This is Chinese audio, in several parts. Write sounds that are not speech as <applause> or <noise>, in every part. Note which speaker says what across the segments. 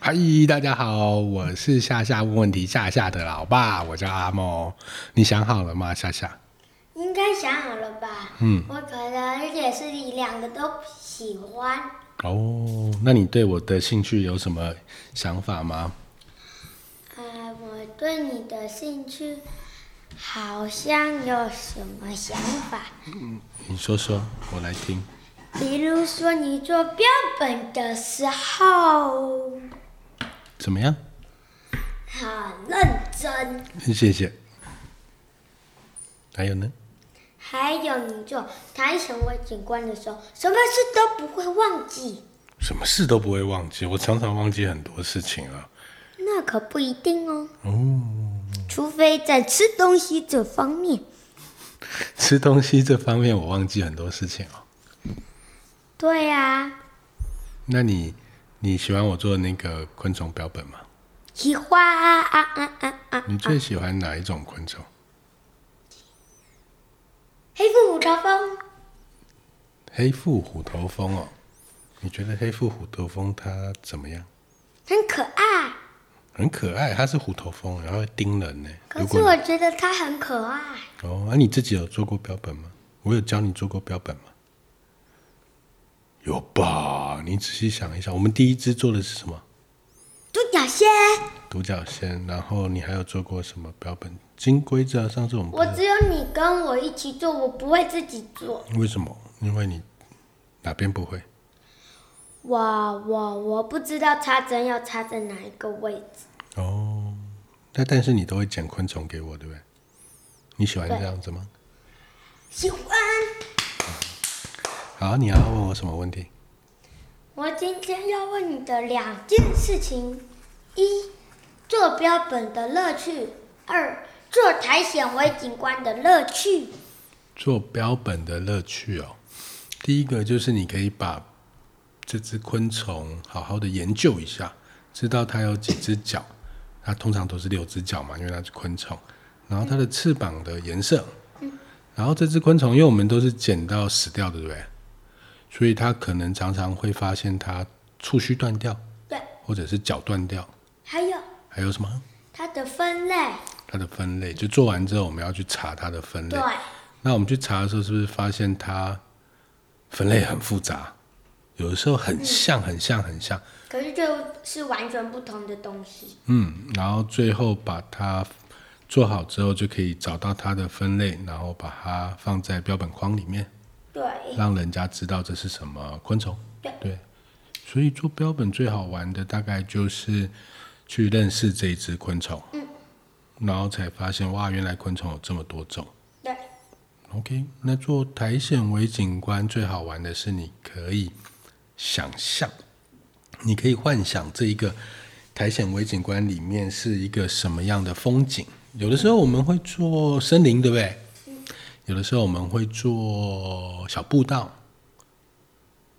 Speaker 1: 嗨，大家好，我是夏夏问问题夏夏的老爸，我叫阿猫。你想好了吗，夏夏？
Speaker 2: 应该想好了吧？嗯，我可能也是你两个都喜欢。
Speaker 1: 哦，那你对我的兴趣有什么想法吗？
Speaker 2: 呃，我对你的兴趣好像有什么想法，
Speaker 1: 你说说，我来听。
Speaker 2: 比如说你做标本的时候
Speaker 1: 怎么样？
Speaker 2: 很认真，
Speaker 1: 谢谢。还有呢？
Speaker 2: 还有你做台前微景观的时候，什么事都不会忘记。
Speaker 1: 什么事都不会忘记，我常常忘记很多事情啊。
Speaker 2: 那可不一定哦，
Speaker 1: 哦，
Speaker 2: 除非在吃东西这方面。
Speaker 1: 吃东西这方面我忘记很多事情哦。
Speaker 2: 对啊，
Speaker 1: 那你你喜欢我做的那个昆虫标本吗？
Speaker 2: 喜欢啊啊啊啊啊！
Speaker 1: 你最喜欢哪一种昆虫？
Speaker 2: 黑腹虎嘲风。
Speaker 1: 黑腹虎头蜂哦。你觉得黑腹虎头蜂它怎么样？
Speaker 2: 很可爱，
Speaker 1: 很可爱，它是虎头蜂，然后会叮人呢。
Speaker 2: 可
Speaker 1: 如
Speaker 2: 是
Speaker 1: 果
Speaker 2: 我觉得它很可爱。
Speaker 1: 你哦，那、你自己有做过标本吗？我有教你做过标本吗？有吧？你仔细想一想，我们第一只做的是什么？
Speaker 2: 独角仙，
Speaker 1: 独角仙，然后你还有做过什么标本？金龟子啊，上次我们不
Speaker 2: 我
Speaker 1: 是
Speaker 2: 只有你跟我一起做，我不会自己做。
Speaker 1: 为什么？因为你哪边不会？
Speaker 2: 哇哇，我不知道插针要插在哪一个位置。
Speaker 1: 哦，但但是你都会捡昆虫给我，对不对？你喜欢这样子吗？
Speaker 2: 喜欢。
Speaker 1: 好，你要问我什么问题？
Speaker 2: 我今天要问你的两件事情：一，做标本的乐趣；二，做苔藓为景观的乐趣。
Speaker 1: 做标本的乐趣哦，第一个就是你可以把这只昆虫好好的研究一下，知道它有几只脚，它通常都是六只脚嘛，因为它是昆虫。然后它的翅膀的颜色，然后这只昆虫，因为我们都是捡到死掉的，对不对？所以它可能常常会发现它触须断掉，
Speaker 2: 对，
Speaker 1: 或者是脚断掉，
Speaker 2: 还有
Speaker 1: 还有什么？
Speaker 2: 它的分类。
Speaker 1: 它的分类，就做完之后我们要去查它的分类
Speaker 2: 对。，
Speaker 1: 那我们去查的时候，是不是发现它分类很复杂？有的时候很像，很像，很像，
Speaker 2: 可是就是完全不同的东西。
Speaker 1: 嗯，然后最后把它做好之后，就可以找到它的分类，然后把它放在标本框里面，
Speaker 2: 对，
Speaker 1: 让人家知道这是什么昆虫。
Speaker 2: 对
Speaker 1: 所以做标本最好玩的大概就是去认识这一只昆虫，嗯，然后才发现哇，原来昆虫有这么多种。
Speaker 2: 对。
Speaker 1: OK，那做苔藓为景观最好玩的是，你可以想象，你可以幻想这一个苔藓为景观里面是一个什么样的风景。有的时候我们会做森林，对不对？有的时候我们会做小步道，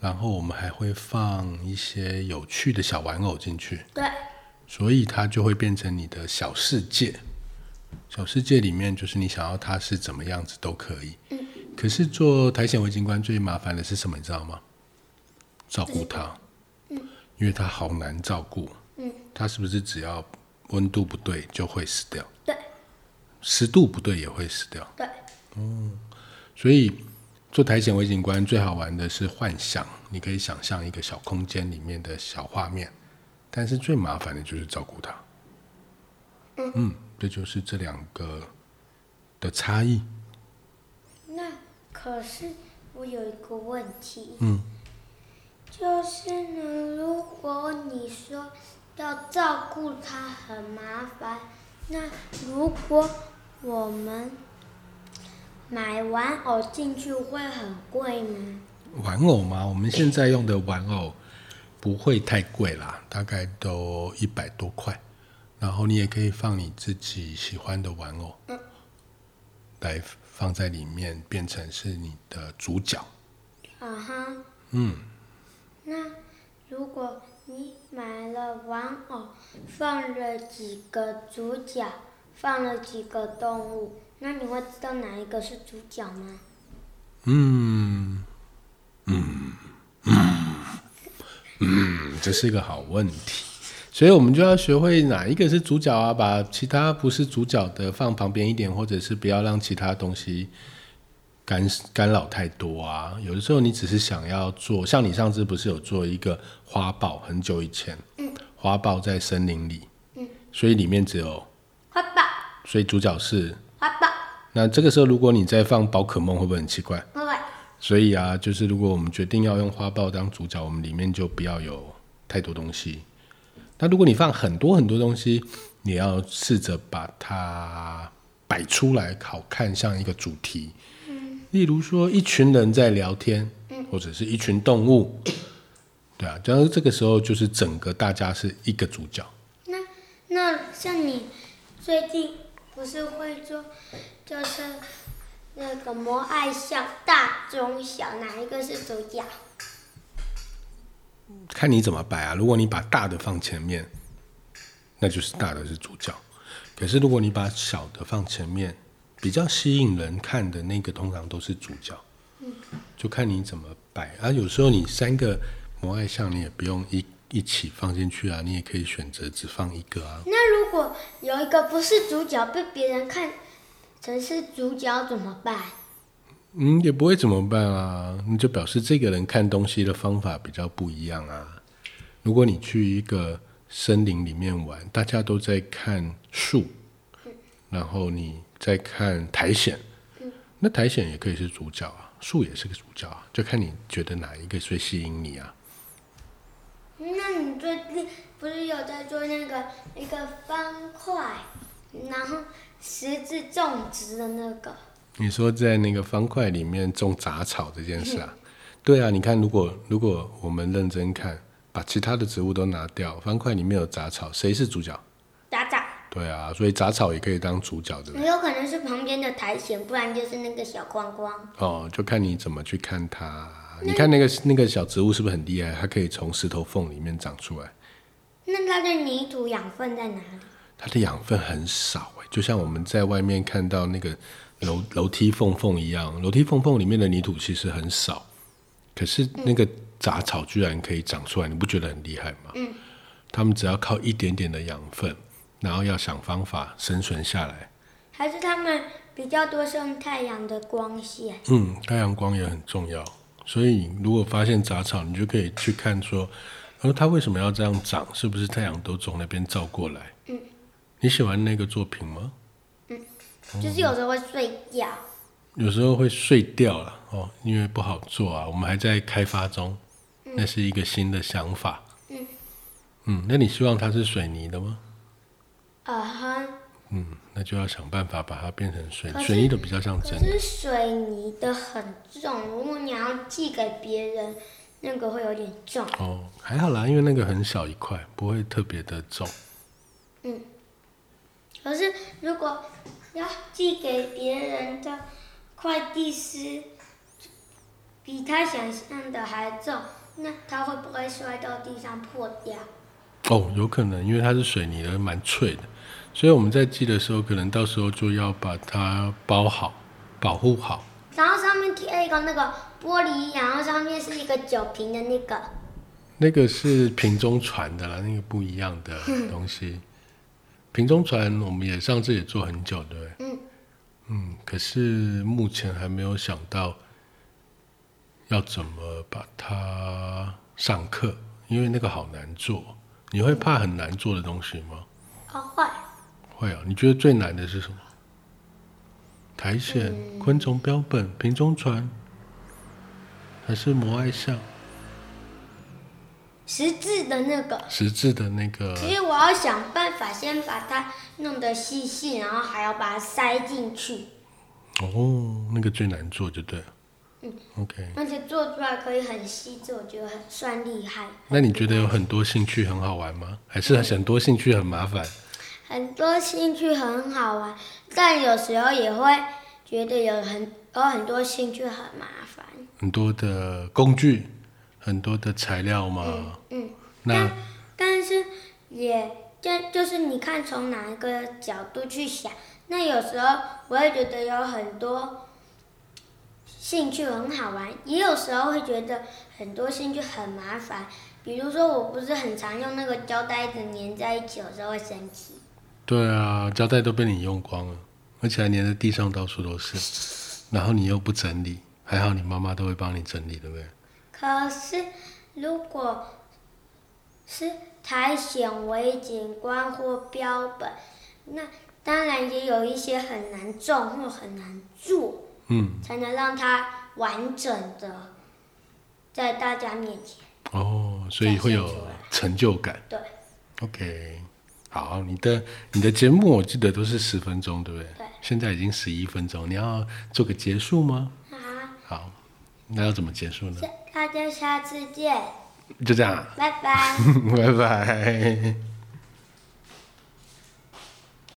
Speaker 1: 然后我们还会放一些有趣的小玩偶进去。
Speaker 2: 对，
Speaker 1: 所以它就会变成你的小世界。小世界里面，就是你想要它是怎么样子都可以。可是做苔藓围巾官最麻烦的是什么？你知道吗？照顾它。因为它好难照顾。
Speaker 2: 嗯。
Speaker 1: 它是不是只要温度不对就会死掉？
Speaker 2: 对，
Speaker 1: 湿度不对也会死掉。
Speaker 2: 对，
Speaker 1: 所以做苔藓微景观最好玩的是幻想，你可以想象一个小空间里面的小画面，但是最麻烦的就是照顾它。嗯这就是这两个的差异。
Speaker 2: 那可是我有一个问题，嗯，就是呢，如果你说要照顾它很麻烦，那如果我们买玩偶进去会很贵吗？
Speaker 1: 玩偶嘛，我们现在用的玩偶不会太贵啦，大概都一百多块。然后你也可以放你自己喜欢的玩偶，来放在里面，变成是你的主角。
Speaker 2: 啊哈，嗯，那如果你买了玩偶，放了几个主角，放了几个动物，那你会知道哪一个是主角吗？
Speaker 1: 嗯，嗯，嗯，这是个好问题。所以我们就要学会哪一个是主角啊，把其他不是主角的放旁边一点，或者是不要让其他东西干干扰太多啊。有的时候你只是想要做，像你上次不是有做一个花豹，很久以前，
Speaker 2: 嗯，
Speaker 1: 花豹在森林里，
Speaker 2: 嗯，
Speaker 1: 所以里面只有，
Speaker 2: 花豹，
Speaker 1: 所以主角是。
Speaker 2: 花豹，
Speaker 1: 那这个时候如果你再放宝可梦，会不会很奇怪？
Speaker 2: 花豹，
Speaker 1: 所以啊，就是如果我们决定要用花豹当主角，我们里面就不要有太多东西。那如果你放很多很多东西，你要试着把它摆出来，好看像一个主题。例如说，一群人在聊天，或者是一群动物，对啊，然后这个时候就是整个大家是一个主角。
Speaker 2: 那那像你最近不是会做，就是那个摩爱像大中小哪一个是主角？
Speaker 1: 看你怎么摆啊。如果你把大的放前面，那就是大的是主角；可是如果你把小的放前面，比较吸引人看的那个通常都是主角。就看你怎么摆啊。有时候你三个摩爱像你也不用一一起放进去啊，你也可以选择只放一个啊。
Speaker 2: 那如果有一个不是主角被别人看成是主角怎么办？
Speaker 1: 嗯，也不会怎么办啊，那就表示这个人看东西的方法比较不一样啊。如果你去一个森林里面玩，大家都在看树，然后你在看苔藓，那苔藓也可以是主角啊，树也是个主角啊，就看你觉得哪一个最吸引你啊。
Speaker 2: 那你最近不是有在做那个那个方块，然后十字种植的那个？
Speaker 1: 你说在那个方块里面种杂草这件事啊？对啊，你看，如果如果我们认真看，把其他的植物都拿掉，方块里面有杂草，谁是主角？
Speaker 2: 打长，
Speaker 1: 对啊，所以杂草也可以当主角，对不对？
Speaker 2: 也有可能是旁边的苔藓，不然就是那个小框框。
Speaker 1: 哦，就看你怎么去看它。你看那个那个小植物是不是很厉害？它可以从石头缝里面长出来，
Speaker 2: 那它的泥土养分在哪里？
Speaker 1: 它的养分很少哎，就像我们在外面看到那个楼楼梯缝缝一样，楼梯缝缝里面的泥土其实很少，可是那个杂草居然可以长出来，你不觉得很厉害吗？嗯，他们只要靠一点点的养分，然后要想方法生存下来。
Speaker 2: 还是它们比较多是用太阳的光线？
Speaker 1: 嗯，太阳光也很重要，所以如果发现杂草，你就可以去看说，然后它为什么要这样长？是不是太阳都从那边照过来？
Speaker 2: 嗯，
Speaker 1: 你喜欢那个作品吗？
Speaker 2: 就是有时候会睡觉。
Speaker 1: 有时候会碎掉了哦，因为不好做啊，我们还在开发中，那是一个新的想法。
Speaker 2: 嗯
Speaker 1: 嗯，那你希望它是水泥的吗？
Speaker 2: 啊哈，
Speaker 1: 嗯，那就要想办法把它变成水
Speaker 2: 可是
Speaker 1: 水泥的，比较像
Speaker 2: 可
Speaker 1: 真的。
Speaker 2: 是水泥的很重，如果你要寄给别人，那个会有点重。
Speaker 1: 哦，还好啦，因为那个很小一块，不会特别的重。
Speaker 2: 可是如果要寄给别人的快递师，比他想象的还重，那他会不会摔到地上破掉？
Speaker 1: 哦，有可能，因为它是水泥的，蛮脆的，所以我们在寄的时候，可能到时候就要把它包好、保护好。
Speaker 2: 然后上面贴一个那个玻璃，然后上面是一个酒瓶的那个。
Speaker 1: 那个是瓶中船的啦，那个不一样的东西。瓶中船我们也上次也做很久，对不对？
Speaker 2: 嗯
Speaker 1: 嗯，可是目前还没有想到要怎么把它上课，因为那个好难做。你会怕很难做的东西吗？
Speaker 2: 好哦坏，
Speaker 1: 会啊，你觉得最难的是什么？苔藓、
Speaker 2: 嗯
Speaker 1: 昆虫标本、瓶中船，还是摩艾像
Speaker 2: 十字的那个。
Speaker 1: 十字的那个？
Speaker 2: 所以我要想办法先把它弄得细细，然后还要把它塞进去，
Speaker 1: 哦，那个最难做，就对了。OK，
Speaker 2: 嗯而且做出来可以很细致，我觉得很算厉害。
Speaker 1: 那你觉得有很多兴趣很好玩吗？还是
Speaker 2: 嗯
Speaker 1: 很多兴趣很麻烦？
Speaker 2: 很多兴趣很好玩，但有时候也会觉得有很有很多兴趣很麻烦。
Speaker 1: 很多的工具，很多的材料吗？
Speaker 2: 嗯，
Speaker 1: 那
Speaker 2: 但但是也就就是你看从哪一个角度去想，那有时候我会觉得有很多兴趣很好玩，也有时候会觉得很多兴趣很麻烦。比如说，我不是很常用那个胶带一直粘在一起，有时候会生气。
Speaker 1: 对啊，胶带都被你用光了，而且还粘在地上到处都是，然后你又不整理，还好你妈妈都会帮你整理，对不对？
Speaker 2: 可是，如果是苔藓为景观或标本，那当然也有一些很难种或很难做，
Speaker 1: 嗯，
Speaker 2: 才能让它完整的在大家面前。
Speaker 1: 哦，所以会有
Speaker 2: 展现出来
Speaker 1: 成就感。
Speaker 2: 对
Speaker 1: OK，好，你的你的节目我记得都是十分钟，对不对？
Speaker 2: 对
Speaker 1: 现在已经十一分钟，你要做个结束吗？
Speaker 2: 啊，
Speaker 1: 好，那要怎么结束呢？
Speaker 2: 下大家下次见，
Speaker 1: 就这样啊， <laughs>
Speaker 2: 拜拜。
Speaker 1: 拜拜。